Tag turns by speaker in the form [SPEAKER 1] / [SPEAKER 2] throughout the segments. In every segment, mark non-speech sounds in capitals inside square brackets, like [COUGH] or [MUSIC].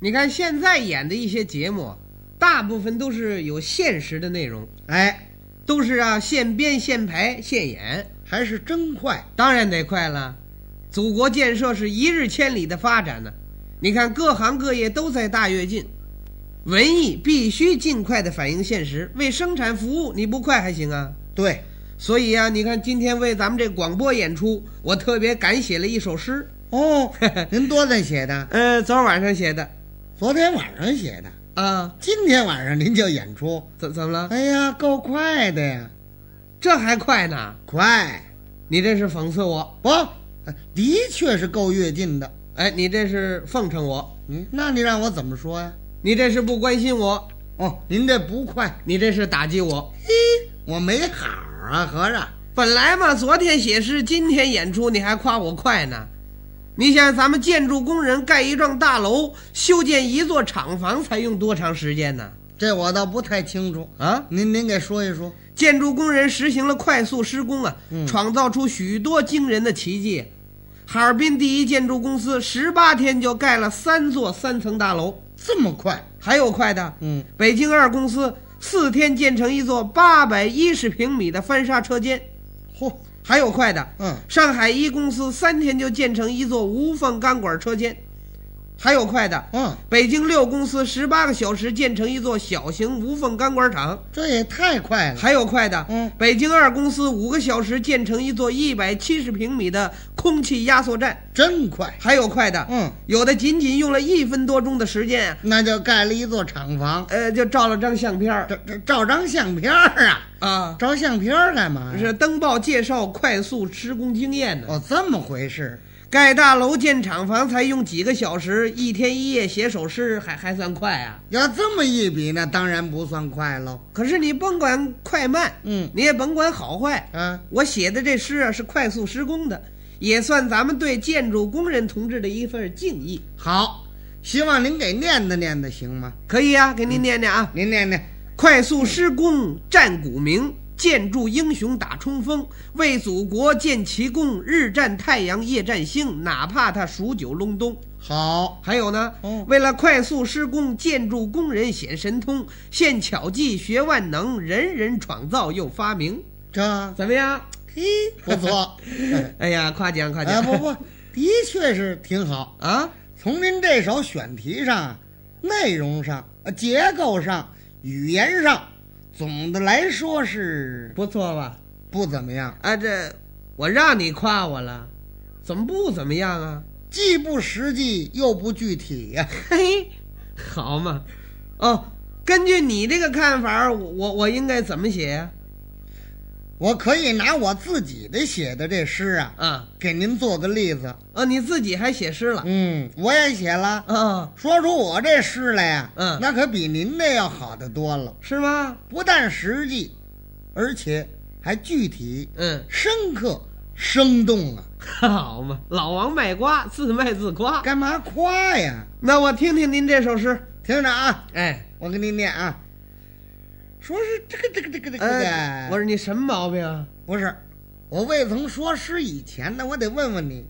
[SPEAKER 1] 你看现在演的一些节目，大部分都是有现实的内容，哎，都是啊现编现排现演，
[SPEAKER 2] 还是真快。
[SPEAKER 1] 当然得快了。祖国建设是一日千里的发展呢、你看各行各业都在大跃进，文艺必须尽快的反映现实，为生产服务，你不快还行啊？
[SPEAKER 2] 对，
[SPEAKER 1] 所以啊，你看今天为咱们这广播演出，我特别赶写了一首诗，
[SPEAKER 2] 哦，您多大写的？
[SPEAKER 1] 呃，昨儿晚上写的
[SPEAKER 2] 昨天晚上写的，
[SPEAKER 1] 啊，
[SPEAKER 2] 今天晚上您就演出。
[SPEAKER 1] 怎怎么了？
[SPEAKER 2] 哎呀，够快的呀！
[SPEAKER 1] 这还快呢？
[SPEAKER 2] 快
[SPEAKER 1] 你这是讽刺我，
[SPEAKER 2] 不，呃的确是够跃进的。
[SPEAKER 1] 哎，你这是奉承我，
[SPEAKER 2] 嗯，那你让我怎么说呀？
[SPEAKER 1] 你这是不关心我，
[SPEAKER 2] 哦，您这不快，
[SPEAKER 1] 你这是打击我。
[SPEAKER 2] 嘿，我没好啊，合着。
[SPEAKER 1] 本来嘛，昨天写诗，今天演出，你还夸我快呢。你想，咱们建筑工人盖一幢大楼，修建一座厂房，才用多长时间呢？
[SPEAKER 2] 这我倒不太清楚，
[SPEAKER 1] 啊，
[SPEAKER 2] 您您给说一说。
[SPEAKER 1] 建筑工人实行了快速施工啊，
[SPEAKER 2] 嗯
[SPEAKER 1] 创造出许多惊人的奇迹。哈尔滨第一建筑公司十八天就盖了三座三层大楼，
[SPEAKER 2] 这么快？
[SPEAKER 1] 还有快的，
[SPEAKER 2] 嗯，
[SPEAKER 1] 北京二公司四天建成一座八百一十平米的翻砂车间，
[SPEAKER 2] 嚯，
[SPEAKER 1] 还有快的，
[SPEAKER 2] 嗯，
[SPEAKER 1] 上海一公司三天就建成一座无缝钢管车间，还有快的，
[SPEAKER 2] 嗯，
[SPEAKER 1] 北京六公司十八个小时建成一座小型无缝钢管厂，
[SPEAKER 2] 这也太快了。
[SPEAKER 1] 还有快的，
[SPEAKER 2] 嗯
[SPEAKER 1] 北京二公司五个小时建成一座一百七十平米的空气压缩站，
[SPEAKER 2] 真快，
[SPEAKER 1] 还有快的，
[SPEAKER 2] 嗯，
[SPEAKER 1] 有的仅仅用了一分多钟的时间啊，
[SPEAKER 2] 那就盖了一座厂房，
[SPEAKER 1] 呃，就照了张相片儿
[SPEAKER 2] 这这照张相片儿啊，
[SPEAKER 1] 啊，
[SPEAKER 2] 照相片儿干嘛呀？
[SPEAKER 1] 是登报介绍快速施工经验呢。
[SPEAKER 2] 哦，这么回事。
[SPEAKER 1] 盖大楼建厂房才用几个小时，一天一夜写首诗还还算快啊？
[SPEAKER 2] 要这么一比，那当然不算快喽。
[SPEAKER 1] 可是你甭管快慢，
[SPEAKER 2] 嗯
[SPEAKER 1] 你也甭管好坏，
[SPEAKER 2] 啊，
[SPEAKER 1] 我写的这诗啊是快速施工的，也算咱们对建筑工人同志的一份敬意。
[SPEAKER 2] 好，希望您给念的念的行吗？
[SPEAKER 1] 可以啊，给您念念啊。
[SPEAKER 2] 您念念。
[SPEAKER 1] 快速施工战鼓鸣，建筑英雄打冲锋，为祖国建奇功，日战太阳夜战星，哪怕他数九隆冬。
[SPEAKER 2] 好，
[SPEAKER 1] 还有呢，
[SPEAKER 2] 嗯
[SPEAKER 1] 为了快速施工，建筑工人显神通，献巧技，学万能，人人创造又发明，
[SPEAKER 2] 这
[SPEAKER 1] 怎么样？
[SPEAKER 2] 嘿不错。
[SPEAKER 1] 哎呀，夸奖夸
[SPEAKER 2] 啊，
[SPEAKER 1] 奖！
[SPEAKER 2] 不不，的确是挺好。
[SPEAKER 1] 啊，
[SPEAKER 2] 从您这首选题上啊、内容上、呃结构上、语言上，总的来说是
[SPEAKER 1] 不错吧？
[SPEAKER 2] 不怎么样，
[SPEAKER 1] 啊，这我让你夸我了，怎么不怎么样啊？
[SPEAKER 2] 既不实际又不具体呀、
[SPEAKER 1] 嘿，好嘛，哦，根据你这个看法，我我我应该怎么写呀、
[SPEAKER 2] 我可以拿我自己的写的这诗啊，
[SPEAKER 1] 啊？啊，哦
[SPEAKER 2] 给您做个例子。
[SPEAKER 1] 你自己还写诗了？
[SPEAKER 2] 嗯，我也写了，
[SPEAKER 1] 啊，
[SPEAKER 2] 说出我这诗来呀、
[SPEAKER 1] 嗯
[SPEAKER 2] 那可比您这要好得多了，
[SPEAKER 1] 是吗？
[SPEAKER 2] 不但实际，而且还具体、
[SPEAKER 1] 嗯，
[SPEAKER 2] 深刻、生动啊！
[SPEAKER 1] 好嘛，老王卖瓜，自卖自夸。
[SPEAKER 2] 干嘛夸呀？
[SPEAKER 1] 那我听听您这首诗。
[SPEAKER 2] 听着啊，
[SPEAKER 1] 哎，
[SPEAKER 2] 我给你念啊，说是这个这个这个这个，
[SPEAKER 1] 呃，我说你什么毛病啊？
[SPEAKER 2] 不是，我未曾说诗以前呢，我得问问你，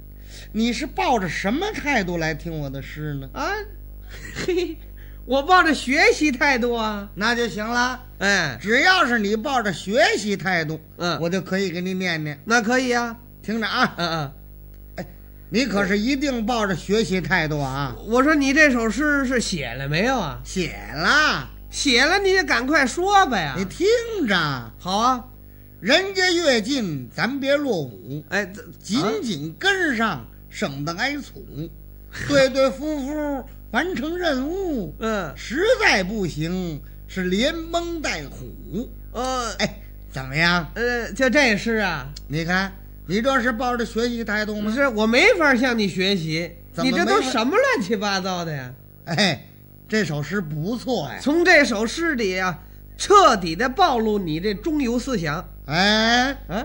[SPEAKER 2] 你是抱着什么态度来听我的诗呢？
[SPEAKER 1] 啊， [LAUGHS] 嘿，我抱着学习态度啊。
[SPEAKER 2] 那就行了，
[SPEAKER 1] 哎，
[SPEAKER 2] 只要是你抱着学习态度，
[SPEAKER 1] 嗯
[SPEAKER 2] 我就可以给你念念。
[SPEAKER 1] 那可以啊。
[SPEAKER 2] 听着啊，
[SPEAKER 1] 嗯嗯，
[SPEAKER 2] 你可是一定抱着学习态度啊！
[SPEAKER 1] 我说你这首诗是写了没有啊？
[SPEAKER 2] 写了，
[SPEAKER 1] 写了你就赶快说吧呀
[SPEAKER 2] 你。听着，
[SPEAKER 1] 好啊，
[SPEAKER 2] 人家越近，咱别落伍。
[SPEAKER 1] 哎，这
[SPEAKER 2] 紧紧跟上，省得挨猝。对对夫妇完成任务，
[SPEAKER 1] 嗯
[SPEAKER 2] [LAUGHS] 实在不行是连蒙带唬。
[SPEAKER 1] 呃
[SPEAKER 2] 哎，怎么样？
[SPEAKER 1] 呃，就这诗啊，
[SPEAKER 2] 你看，你这是抱着学习态度
[SPEAKER 1] 不
[SPEAKER 2] 吗？
[SPEAKER 1] 是我没法向你学习，
[SPEAKER 2] 怎
[SPEAKER 1] 你
[SPEAKER 2] 么
[SPEAKER 1] 这都
[SPEAKER 2] 没法
[SPEAKER 1] 什嗯么乱七八糟的呀？
[SPEAKER 2] 哎，这首诗不错呀。
[SPEAKER 1] 从这首诗里啊，彻底的暴露你这中游思想
[SPEAKER 2] 哎，
[SPEAKER 1] 啊？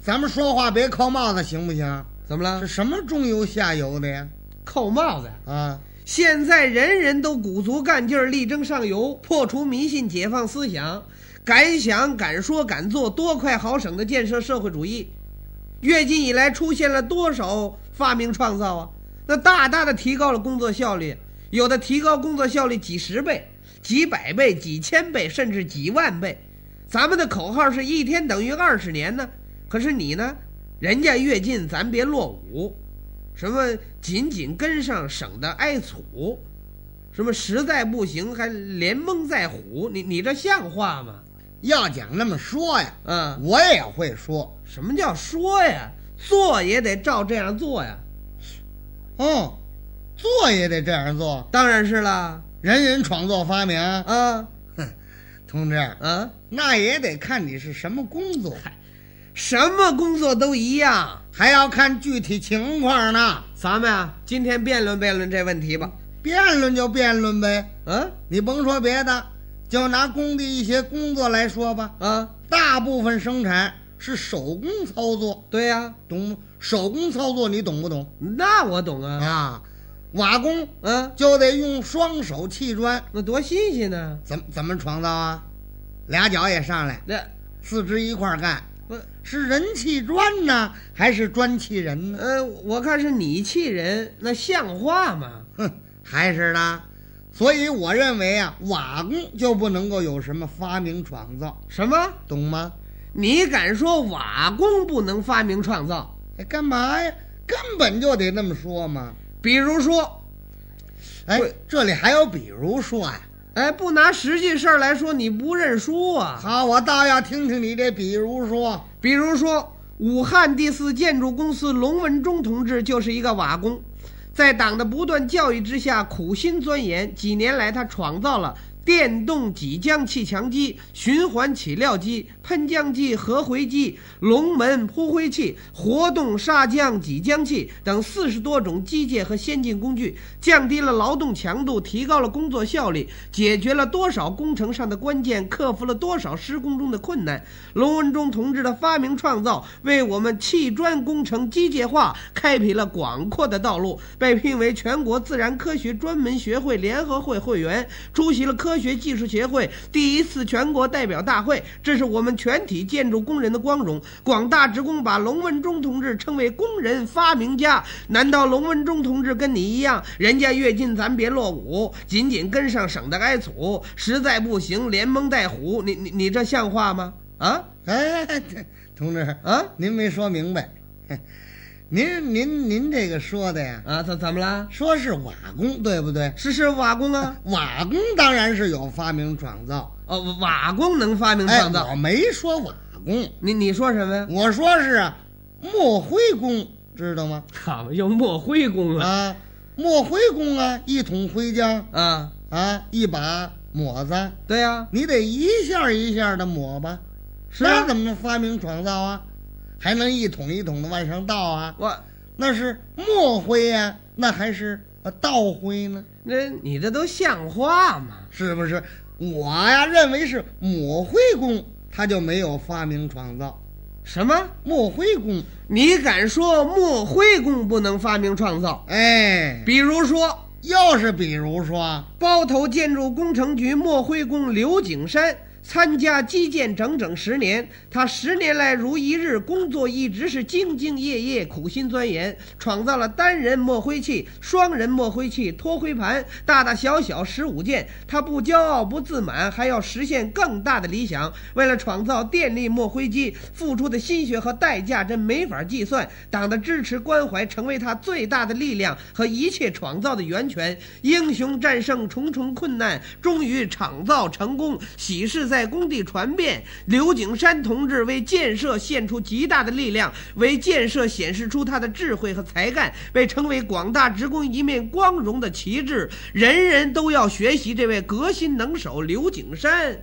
[SPEAKER 2] 咱们说话别扣帽子，行不行？
[SPEAKER 1] 怎么了
[SPEAKER 2] 是？什么中游下游的呀？
[SPEAKER 1] 扣帽子呀？
[SPEAKER 2] 啊，
[SPEAKER 1] 现在人人都鼓足干劲儿，力争上游，破除迷信，解放思想，敢想敢说敢做，多快好省的建设社会主义。跃进以来，出现了多少发明创造啊？那大大的提高了工作效率，有的提高工作效率几十倍、几百倍、几千倍，甚至几万倍。咱们的口号是一天等于二十年呢，可是你呢？人家越近，咱别落伍。什么紧紧跟上，省得挨杵；什么实在不行，还连蒙带唬。你你这像话吗？
[SPEAKER 2] 要讲那么说呀，
[SPEAKER 1] 啊，
[SPEAKER 2] 我也会说。
[SPEAKER 1] 什么叫说呀？做也得照这样做呀。
[SPEAKER 2] 哦，做也得这样做，
[SPEAKER 1] 当然是啦。
[SPEAKER 2] 人人创作发明，
[SPEAKER 1] 啊
[SPEAKER 2] 同志，
[SPEAKER 1] 啊，
[SPEAKER 2] 那也得看你是什么工作，
[SPEAKER 1] 什么工作都一样。
[SPEAKER 2] 还要看具体情况呢。
[SPEAKER 1] 咱们啊，今天辩论辩论这问题吧。
[SPEAKER 2] 辩论就辩论呗，
[SPEAKER 1] 啊
[SPEAKER 2] 你甭说别的，就拿工地一些工作来说吧，
[SPEAKER 1] 啊，
[SPEAKER 2] 大部分生产是手工操作，
[SPEAKER 1] 对呀、
[SPEAKER 2] 懂吗？手工操作你懂不懂
[SPEAKER 1] 那我懂啊。
[SPEAKER 2] 啊？瓦工
[SPEAKER 1] 啊，
[SPEAKER 2] 就得用双手砌砖，
[SPEAKER 1] 那多新鲜呢。
[SPEAKER 2] 怎么怎么创造啊？俩脚也上来，
[SPEAKER 1] 那呃
[SPEAKER 2] 四肢一块儿干，
[SPEAKER 1] 不，
[SPEAKER 2] 是人砌砖呢，还是砖砌人呢？
[SPEAKER 1] 呃，我看是你气人，那像话吗？
[SPEAKER 2] 哼，还是呢。所以我认为啊，瓦工就不能够有什么发明创造，
[SPEAKER 1] 什么？
[SPEAKER 2] 懂吗？
[SPEAKER 1] 你敢说瓦工不能发明创造？
[SPEAKER 2] 哎，干嘛呀？根本就得那么说嘛。
[SPEAKER 1] 比如说，
[SPEAKER 2] 哎
[SPEAKER 1] 对，
[SPEAKER 2] 这里还有比如说呀、
[SPEAKER 1] 哎，不拿实际事儿来说，你不认输啊？
[SPEAKER 2] 好，我倒要听听你这比如说。
[SPEAKER 1] 比如说，武汉第四建筑公司龙文忠同志就是一个瓦工，在党的不断教育之下，苦心钻研，几年来他创造了。电动挤浆气墙机、循环起料机、喷浆机、合回机、龙门扑灰器、活动砂浆挤浆器等四十多种机械和先进工具，降低了劳动强度，提高了工作效率，解决了多少工程上的关键，克服了多少施工中的困难。龙文忠同志的发明创造，为我们砌砖工程机械化开辟了广阔的道路，被聘为全国自然科学专门学会联合会会员，出席了科学技术协会第一次全国代表大会，这是我们全体建筑工人的光荣。广大职工把龙文忠同志称为工人发明家，难道龙文忠同志跟你一样，人家越近咱别落伍，紧紧跟上省得挨杵，实在不行连蒙带唬，你你你这像话吗？啊
[SPEAKER 2] [LAUGHS] 哎，这同志，
[SPEAKER 1] 啊
[SPEAKER 2] 您没说明白， [LAUGHS] 嘿您您您这个说的呀，
[SPEAKER 1] 啊，怎怎么了？
[SPEAKER 2] 说是瓦工对不对？
[SPEAKER 1] 是是瓦工啊，
[SPEAKER 2] 瓦工当然是有发明创造，
[SPEAKER 1] 哦，瓦工能发明
[SPEAKER 2] 哎，
[SPEAKER 1] 创造。
[SPEAKER 2] 我没说瓦工，
[SPEAKER 1] 你你说什么呀？
[SPEAKER 2] 我说是啊，墨灰工，知道吗？
[SPEAKER 1] 好，又抹灰工了
[SPEAKER 2] 啊，墨灰工啊，一桶灰浆
[SPEAKER 1] 啊！
[SPEAKER 2] 啊，一把抹子，
[SPEAKER 1] 对呀、
[SPEAKER 2] 你得一下一下的抹吧，
[SPEAKER 1] 是啊
[SPEAKER 2] 那怎么能发明创造啊？还能一桶一桶的往上倒啊？
[SPEAKER 1] 我
[SPEAKER 2] 那是墨灰呀、那还是呃倒灰呢？
[SPEAKER 1] 那你这都像话吗？
[SPEAKER 2] 是不是？我呀认为是抹灰工，他就没有发明创造。
[SPEAKER 1] 什么？
[SPEAKER 2] 墨灰工，
[SPEAKER 1] 你敢说抹灰工不能发明创造？
[SPEAKER 2] 哎，
[SPEAKER 1] 比如说，
[SPEAKER 2] 又是比如说，
[SPEAKER 1] 包头建筑工程局抹灰工刘景山参加基建整整十年，他十年来如一日工作，一直是兢兢业业、苦心钻研，创造了单人抹灰器、双人抹灰器、脱灰盘，大大小小十五件。他不骄傲、不自满，还要实现更大的理想。为了创造电力抹灰机，付出的心血和代价真没法计算。党的支持关怀成为他最大的力量和一切创造的源泉。英雄战胜重重困难，终于创造成功，喜事在工地传遍。刘景山同志为建设献出极大的力量，为建设显示出他的智慧和才干，被称为广大职工一面光荣的旗帜。人人都要学习这位革新能手刘景山，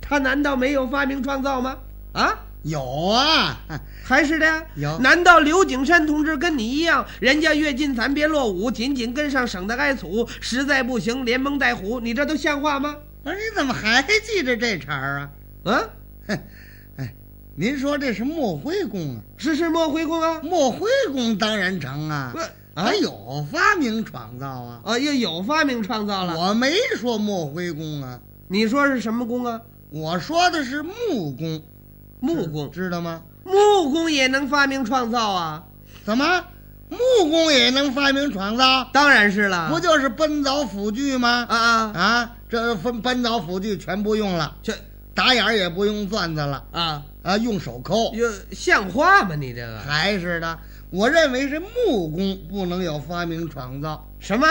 [SPEAKER 1] 他难道没有发明创造吗？啊？
[SPEAKER 2] 有啊， [LAUGHS]
[SPEAKER 1] 还是的，
[SPEAKER 2] 有
[SPEAKER 1] 难道刘景山同志跟你一样，人家越近咱别落伍，紧紧跟上，省得挨杵，实在不行连蒙带唬，你这都像话吗？
[SPEAKER 2] 我说你怎么还记着这茬儿啊？
[SPEAKER 1] 啊，
[SPEAKER 2] 哼，哎，您说这是墨灰工啊？
[SPEAKER 1] 是是莫回宫啊？
[SPEAKER 2] 墨灰工当然成啊
[SPEAKER 1] 不，啊
[SPEAKER 2] 还有发明创造啊？
[SPEAKER 1] 啊，又有发明创造了。
[SPEAKER 2] 我没说墨灰工啊，
[SPEAKER 1] 你说是什么工啊？
[SPEAKER 2] 我说的是木工，
[SPEAKER 1] 木工，
[SPEAKER 2] 知道吗？
[SPEAKER 1] 木工也能发明创造啊？
[SPEAKER 2] 怎么，木工也能发明创造，
[SPEAKER 1] 当然是了，
[SPEAKER 2] 不就是奔凿斧锯吗？
[SPEAKER 1] 啊啊
[SPEAKER 2] 啊，这分奔凿斧锯全不用了，
[SPEAKER 1] 这
[SPEAKER 2] 打眼儿也不用钻子了，
[SPEAKER 1] 啊，
[SPEAKER 2] 啊，用手抠，
[SPEAKER 1] 有像话吗？你这个
[SPEAKER 2] 还是的。我认为是木工不能有发明创造。
[SPEAKER 1] 什么？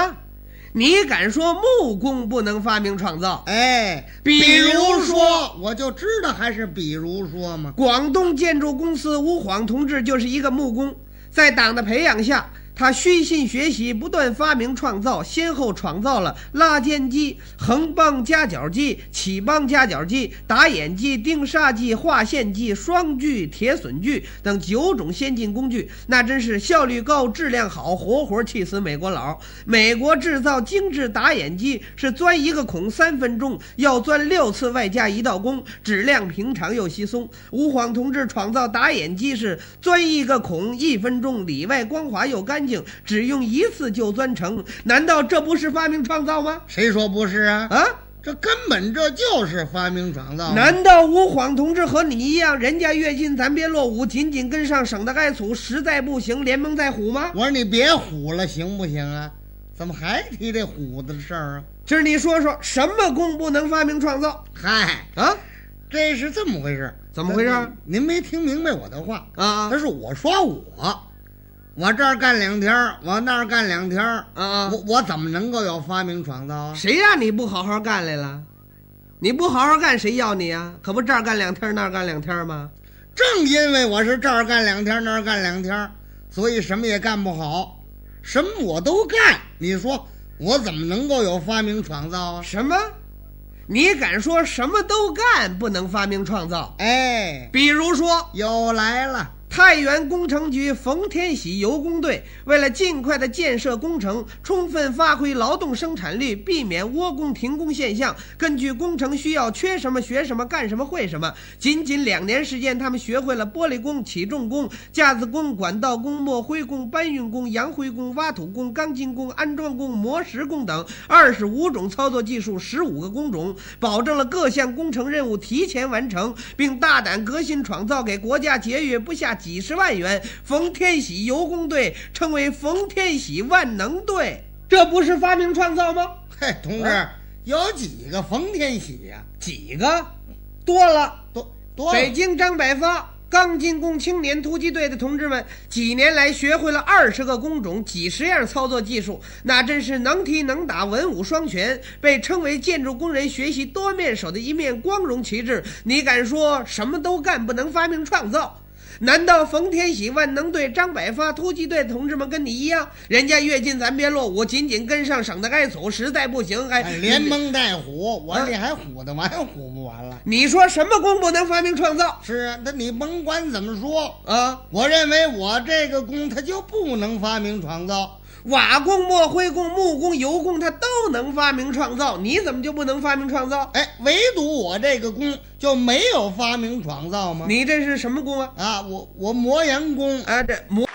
[SPEAKER 1] 你敢说木工不能发明创造？
[SPEAKER 2] 哎，
[SPEAKER 1] 比如说
[SPEAKER 2] 说，我就知道还是比如说嘛。
[SPEAKER 1] 广东建筑公司吴晃同志就是一个木工，在党的培养下，他虚心学习，不断发明创造，先后创造了拉肩机、横帮夹角机、起帮夹角机、打眼机、定煞机、画线机、双锯、铁榫锯等九种先进工具，那真是效率高、质量好，活活气死美国佬。美国制造精致打眼机是钻一个孔三分钟，要钻六次，外加一道工，质量平常又稀松。吴晃同志创造打眼机是钻一个孔一分钟，里外光滑又干净，只用一次就钻成。难道这不是发明创造吗？
[SPEAKER 2] 谁说不是啊？
[SPEAKER 1] 啊？
[SPEAKER 2] 这根本这就是发明创造。
[SPEAKER 1] 难道吴晃同志和你一样，人家跃进咱别落伍，紧紧跟上，省得挨杵，实在不行联盟再虎吗
[SPEAKER 2] 我？说你别唬了，行不行啊？怎么还提这虎子的事儿啊？
[SPEAKER 1] 今儿你说说，什么工不能发明创造
[SPEAKER 2] 嗨，
[SPEAKER 1] 啊？
[SPEAKER 2] 这是这么回事儿？
[SPEAKER 1] 怎么回事儿
[SPEAKER 2] 您您没听明白我的话？
[SPEAKER 1] 啊
[SPEAKER 2] 他是我说我，我这儿干两天儿，我那儿干两天儿，
[SPEAKER 1] 啊！
[SPEAKER 2] 我我怎么能够有发明创造啊？
[SPEAKER 1] 谁让你不好好干来了？你不好好干，谁要你啊？可不这儿干两天，那儿干两天吗？
[SPEAKER 2] 正因为我是这儿干两天儿，那儿干两天儿，所以什么也干不好，什么我都干。你说我怎么能够有发明创造啊？
[SPEAKER 1] 什么？你敢说什么都干不能发明创造？
[SPEAKER 2] 哎，
[SPEAKER 1] 比如说，
[SPEAKER 2] 又来了。
[SPEAKER 1] 太原工程局冯天喜油工队为了尽快的建设工程，充分发挥劳动生产率，避免窝工停工现象，根据工程需要缺什么学什么，干什么会什么。仅仅两年时间，他们学会了玻璃工、起重工、架子工、管道工、抹灰工、搬运工、洋灰工、挖土工、钢筋工、安装工、磨石工等二十五种操作技术，十五个工种，保证了各项工程任务提前完成，并大胆革新创造，给国家节约不下几十万元。冯天喜油工队称为“冯天喜万能队”，这不是发明创造吗？
[SPEAKER 2] 嘿，同志
[SPEAKER 1] 啊，
[SPEAKER 2] 有几个冯天喜呀、
[SPEAKER 1] 几个？多了。
[SPEAKER 2] 多多
[SPEAKER 1] 北京张百发刚进贡青年突击队的同志们，几年来学会了二十个工种、几十样操作技术，那真是能踢能打，文武双全，被称为建筑工人学习多面手的一面光荣旗帜。你敢说什么都干不能发明创造？难道冯天喜万能队、张百发突击队的同志们跟你一样，人家越进咱别落伍，紧紧跟上，省得挨走，实在不行还
[SPEAKER 2] 哎连蒙带唬，我这还唬得完，唬不完了。
[SPEAKER 1] 你说什么工不能发明创造
[SPEAKER 2] 是啊，那你甭管怎么说，
[SPEAKER 1] 啊？
[SPEAKER 2] 我认为我这个工它就不能发明创造。
[SPEAKER 1] 瓦工、墨灰工、木工、油工，他都能发明创造，你怎么就不能发明创造？
[SPEAKER 2] 哎，唯独我这个工就没有发明创造吗？
[SPEAKER 1] 你这是什么工啊？
[SPEAKER 2] 啊，我我磨洋工，
[SPEAKER 1] 啊，这磨